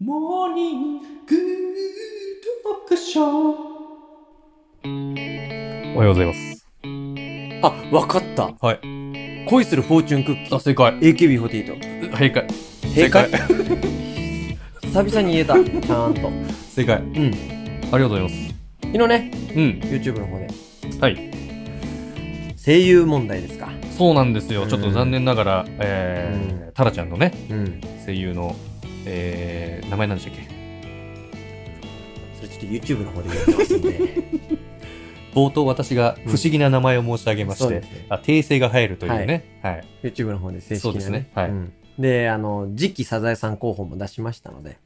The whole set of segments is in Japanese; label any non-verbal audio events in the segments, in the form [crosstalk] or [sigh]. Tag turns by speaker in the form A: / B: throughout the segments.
A: モーニング読書
B: おはようございます。
C: あ、わかった。
B: はい。
C: 恋するフォーチュンクッキ
B: あ、
C: ー。
B: 正解。
C: AKB48。
B: 正解。
C: 正解久々に言えた。ちゃんと。うん。
B: 正解。ありがとうございます。
C: 昨日ね、
B: うん。
C: YouTube の方で。
B: はい。
C: 声優問題ですか。
B: そうなんですよ。
C: うん
B: ちょっと残念ながら、え
C: う
B: ー、タラちゃんのね、
C: うん。
B: 声優の、えー、名前なんでしたっけ
C: それちょっと YouTube の方で言ってますんで。
B: 冒頭私が不思議な名前を申し上 [laughs] げまし
C: そう
B: て、
C: ですね
B: あ訂正が入るというね。はい。
C: YouTube の方で正式な、
B: そうですねはい
C: んで、あの、次期サザエさん候補も出しましたので、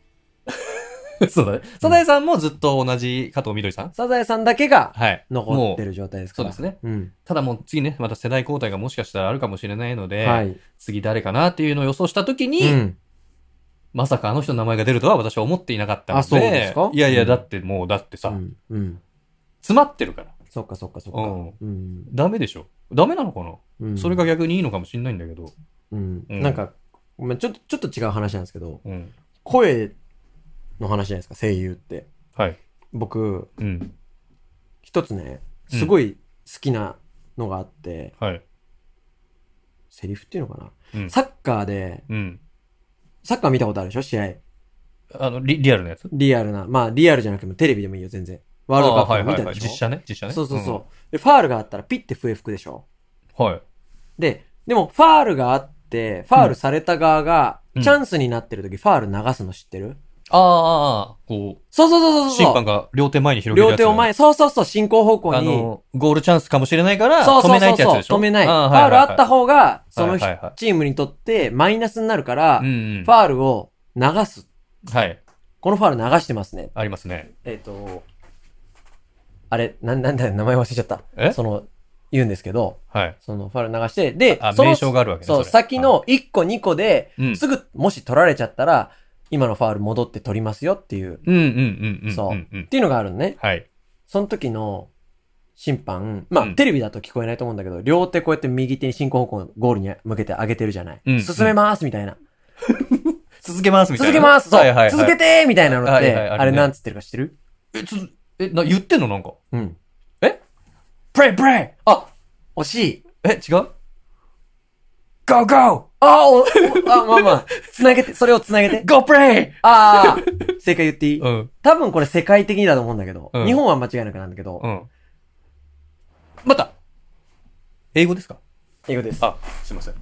B: [laughs] そうだね。サザエさんもずっと同じ加藤みどりさん
C: サザエさんだけが
B: はい。
C: 残って
B: もう
C: る状態ですから。
B: そうです
C: ね。うん。
B: ただもう次ね、また世代交代がもしかしたらあるかもしれないので、
C: はい。
B: 次誰かなっていうのを予想したときに、
C: うん。
B: まさかあの人の名前が出るとは私は思っていなかったので。
C: あそうですか
B: いやいうや、
C: ん
B: だってもう、だってさ、
C: うん。うん。
B: 詰まってるから。
C: そっかそっかそっか。
B: うん。
C: うん。
B: ダメでしょ。ダメなのかな、
C: うん
B: それが、逆にいいのかもしれないんだけど。
C: うん。
B: うん
C: なんか、ごめん、ちょっと、ちょっと違う話なんですけど、
B: うん。
C: 声の話じゃないですか、声優って。
B: はい。
C: 僕、
B: うん。
C: 一つね、
B: うん
C: すごい好きなのがあって、
B: はい。
C: セリフっていうのかな、
B: うん
C: サッカーで、
B: うん。
C: サッカー見たことあるでしょ試合。
B: あの、リリアルなやつ
C: リアルな。まあ、リアルじゃなくてもテレビでもいいよ、全然。ワールドカップ
B: あ
C: も
B: は
C: 見
B: いは
C: た
B: いは
C: で
B: い。
C: しょ、
B: 実写ね。実写ね。
C: そうそうそう、で、ファールがあったらピッて笛吹くでしょ
B: うん。はい。
C: で、でも、ファールがあって、ファールされた側が、
B: うん
C: チャンスになってる時、ファール流すの知ってる
B: ああああ、こ
C: そうそうそう
B: う、
C: そうそう。
B: 審判が両手前に広げる
C: 両
B: やつ。
C: 手を前、そうそうそう、進行方向
B: あ
C: に。
B: の、ゴールチャンスかもしれないから、
C: そう
B: 止
C: そ
B: め
C: う
B: ない
C: そ
B: っ
C: う
B: てやつ
C: そう
B: でしょ
C: 止めない。フ
B: あ
C: ァウルあった
B: 方
C: 方が、そ
B: は
C: の
B: いはいはい
C: チームにとってマイナスになるか
B: う
C: ら、フ
B: んうん。
C: ァウルを流す。
B: はい。
C: このファウル流してますね。
B: ありますね。
C: えっ、と、あれ、なん、なんだ、名前忘れちゃった。
B: え
C: その、言うんですけど、
B: はい。
C: そのファウル流して、で
B: あ、、
C: その
B: 名称があるわけね
C: そう、
B: れ
C: 先の1個2個で、
B: うん
C: すぐ、もし取られちゃったら、今のファウル戻って取りますよっていう、
B: うんうんうんうん。
C: そう
B: うんうん
C: っ。ていうのがあるのね。
B: はい。
C: その時の審判、まあ、
B: うん
C: テレビだと聞こえないと思うんだけど、両手こうやって右手に進行方向、ゴールに向けて上げてるじゃない。
B: うん
C: 進めますみたいな。
B: 続けますみたい
C: 続
B: な。
C: けますそう、
B: はいはいはい、
C: 続けてーみたいなのって、
B: はいはいあ
C: あ
B: る
C: れ
B: ね
C: なんつってるか知ってる
B: え、つづ、え、な、言ってんのなんか。
C: うん。
B: プレイプレイ
C: あ惜しい
B: え、違うゴーゴ
C: あおおあ、まあまあ、つなげて、それをつなげて
B: ー。ゴープレ
C: ああ、正解言ってい
B: イ
C: い
B: うん、
C: 多分これ世界的にだと思うんだけど、
B: うん
C: 日本は間違いなくなんだけど、
B: うん。また英語ですか
C: 英語です。
B: あ、すいません。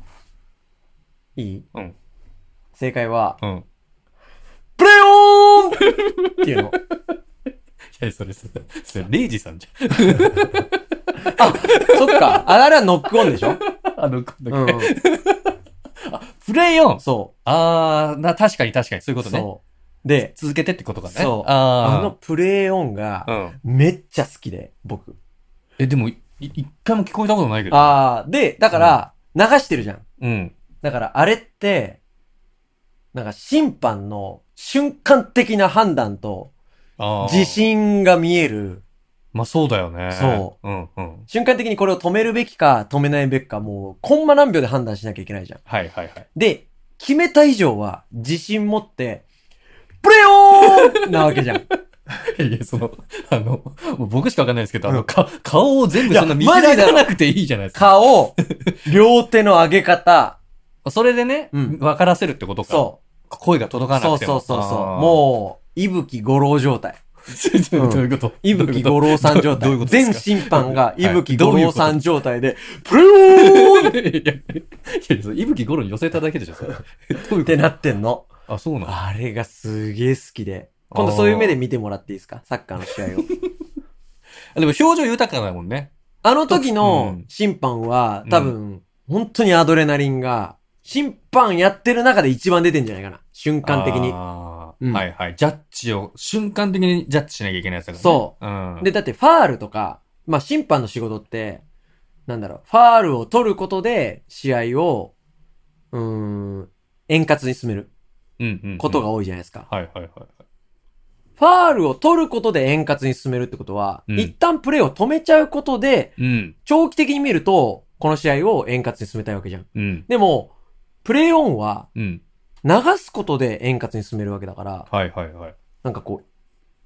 C: いい
B: うん。
C: 正解は、
B: うん。い
C: プレオーンっていうの。
B: や、それ、それ、それ、レイジさんじゃん。
C: そっか。ああれはノックオンでしょ
B: [laughs] あの、
C: うん。
B: プレイオン
C: [laughs] そう。
B: あー、な、確かに確かに、そういうことね。
C: そう。で、
B: 続けてってことかね。
C: そうあの
B: あ
C: プレイオンが
B: ー。、うん。
C: めっちゃ好きで、僕。
B: え、でも、い一回も聞こえたことないけど。
C: ああ、で、だから、流してるじゃん。
B: うん。
C: だから、あれって、なんか審判の瞬間的な判断と、
B: あー
C: 自。信が見える。
B: まあ、そうだよね。。
C: そう
B: うん、うん。
C: 瞬間的にこれを止めるべきか、止めないべきか、もう、コンマ何秒で判断しなきゃいけないじゃん。
B: はい、はい、はい。
C: で、決めた以上は、自信持って、プレイオンなわけじゃん。
B: いや、その、あの、もう僕しかわかんないですけど、あ
C: う
B: の、
C: ん
B: か、顔を全部そんない
C: や
B: 見
C: マジ
B: 開
C: だろ
B: かなくていいじゃないですか。
C: [laughs] 顔、両手の上げ方、
B: それでね、
C: うん
B: 分からせるってことか。
C: そう。
B: 声が届かな
C: そう
B: くて
C: そ
B: も。
C: うそうそう。
B: う。
C: もう、伊吹五郎状態。
B: [laughs] どういうこと
C: 伊吹五郎さん状態。
B: どういうことです
C: 全
B: か
C: 審判が
B: はい
C: 伊吹五郎さん状態で、プルーン
B: いやいや、いやそれ伊吹五郎に寄せただけでしょ、それ。どうい
C: [laughs] っ
B: う
C: て
B: こ
C: なってんの。
B: とあ、そうなの
C: あれがすげえ好きで。今度そういう目で見てもらっていいですかサッカーの試合を。
B: あでも表情豊かだもんね。
C: あの時
B: う
C: の
B: ん
C: 審判は
B: うん
C: 多分、本当にアドレナリンが、審判やってる中で一番出てんじゃないかな。瞬間的に。
B: あー
C: うん
B: はいはい。ジャッジを、瞬間的にジャッジしなきゃいけないやつだからね。。
C: そう
B: うん。
C: で、だってファールとか、まあ審判の仕事って、なんだろう、ファールを取ることで試合を、うーん、円滑に進める
B: うんうんうん
C: ことが多いじゃないですか。
B: はいはいはい。
C: ファールを取ることで円滑に進めるってことは、
B: うん
C: 一旦プレーを止めちゃうことで、
B: うん。
C: 長期的に見ると、この試合を円滑に進めたいわけじゃん。
B: うん。
C: でも、プレーオンは、
B: うん。
C: 流すことで円滑に進めるわけだから、
B: はいはいはい。
C: なんかこう、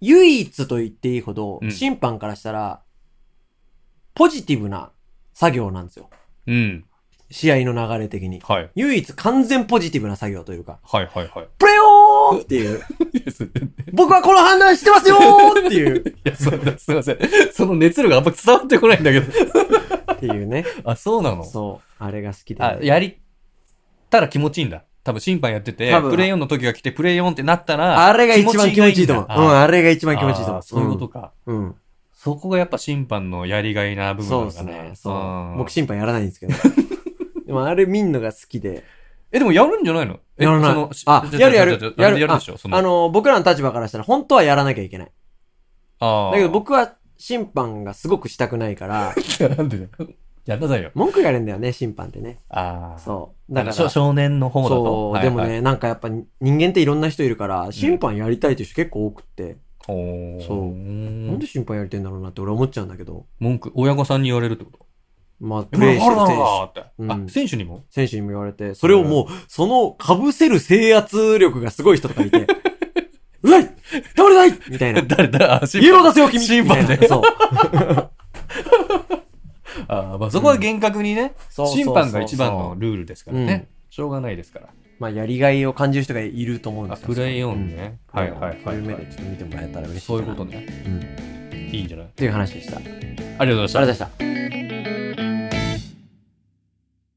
C: 唯一と言っていいほど
B: う、ん
C: 審判からしたら、ポジティブな作業なんですよ。
B: うん。
C: 試合の流れ的に。
B: はい。
C: 唯一完全ポジティブな作業というか、
B: はいはい [laughs] はい。
C: プレオーンっていう、
B: [laughs]
C: 僕はこの判断してますよーっていう、
B: いや、そうだ、すいません。 [laughs] その熱量があんま伝わってこないんだけど。 [laughs]
C: っていうね。
B: あ、そうなの
C: そう、あれが好きで。
B: あ、やりたら気持ちいいんだ。多分審判やってて
C: 多、分
B: プレイオンの時が来て、プレイオンってなったら、
C: あれが一番気持ちいいと思う。うん、
B: あ
C: あれが一番気持ちいいと思
B: あ
C: う。
B: そういうことか。
C: うん。うん。
B: そこがやっぱ審判のやりがいな部分な
C: そう
B: の
C: です
B: かな。
C: ね。そう
B: うん。
C: 僕審判やらないんですけど。でもあれ見んのが好きで。
B: え、でもやるんじゃないのえ
C: やらない
B: そのし
C: あ、
B: ちょ
C: やるや
B: ちょ
C: る。
B: ちょや
C: や
B: る
C: る
B: やるでしょ [laughs] その
C: ああの、僕らの立場からしたら本当はやらなきゃいけない。
B: あー
C: だけど。僕は審判がすごくしたくな
B: [laughs]
C: いから、
B: なん
C: [laughs]
B: でだよやんなさいよ。
C: 文句があるんだよね、審判ってね。
B: ああ。
C: そう。
B: な
C: だ
B: ん
C: か。
B: からしょ少年の方だと。
C: そう。
B: はい
C: でも
B: はい。
C: ね、なんかやっぱ人間っていろんな人いるから、審判やりたいという人結構多くって、
B: おー
C: そうなんで審判やりたいんだろうなって俺は思っちゃうんだけど、
B: 文句、親御さんに言われるってこと
C: まあ、プ
B: プレ
C: レ
B: イ
C: イ
B: し
C: してて
B: る
C: る選手
B: って。
C: うん
B: あ、選手にも
C: 選手にも言われて、それをもう、その被せる制圧力がすごい人とかいて、 [laughs] うわい倒れないみ
B: [laughs]
C: たいな。
B: 誰だあ、審
C: イエロー出せよ、君
B: 審判
C: [laughs] みたい
B: ね。
C: なそう。
B: あーまあそこは厳格にね、
C: そうそうそう
B: 審判が一番のルールですからね。しょうがないですから。
C: まあ、やりがいを感じる人がいると思うんで
B: あ、
C: すよ。
B: プレイオンね。
C: うん。
B: はいはい
C: そ
B: は
C: ういう
B: い
C: 目
B: は
C: で
B: い。
C: ちょっと見てもらえたら嬉しいか
B: そ
C: な。
B: ういうことね。
C: うん。っ
B: いいんじゃない
C: ていう話でした。ありがとう
B: ありがとうございま
C: ご
B: し
C: ざ
B: た
C: い。ました。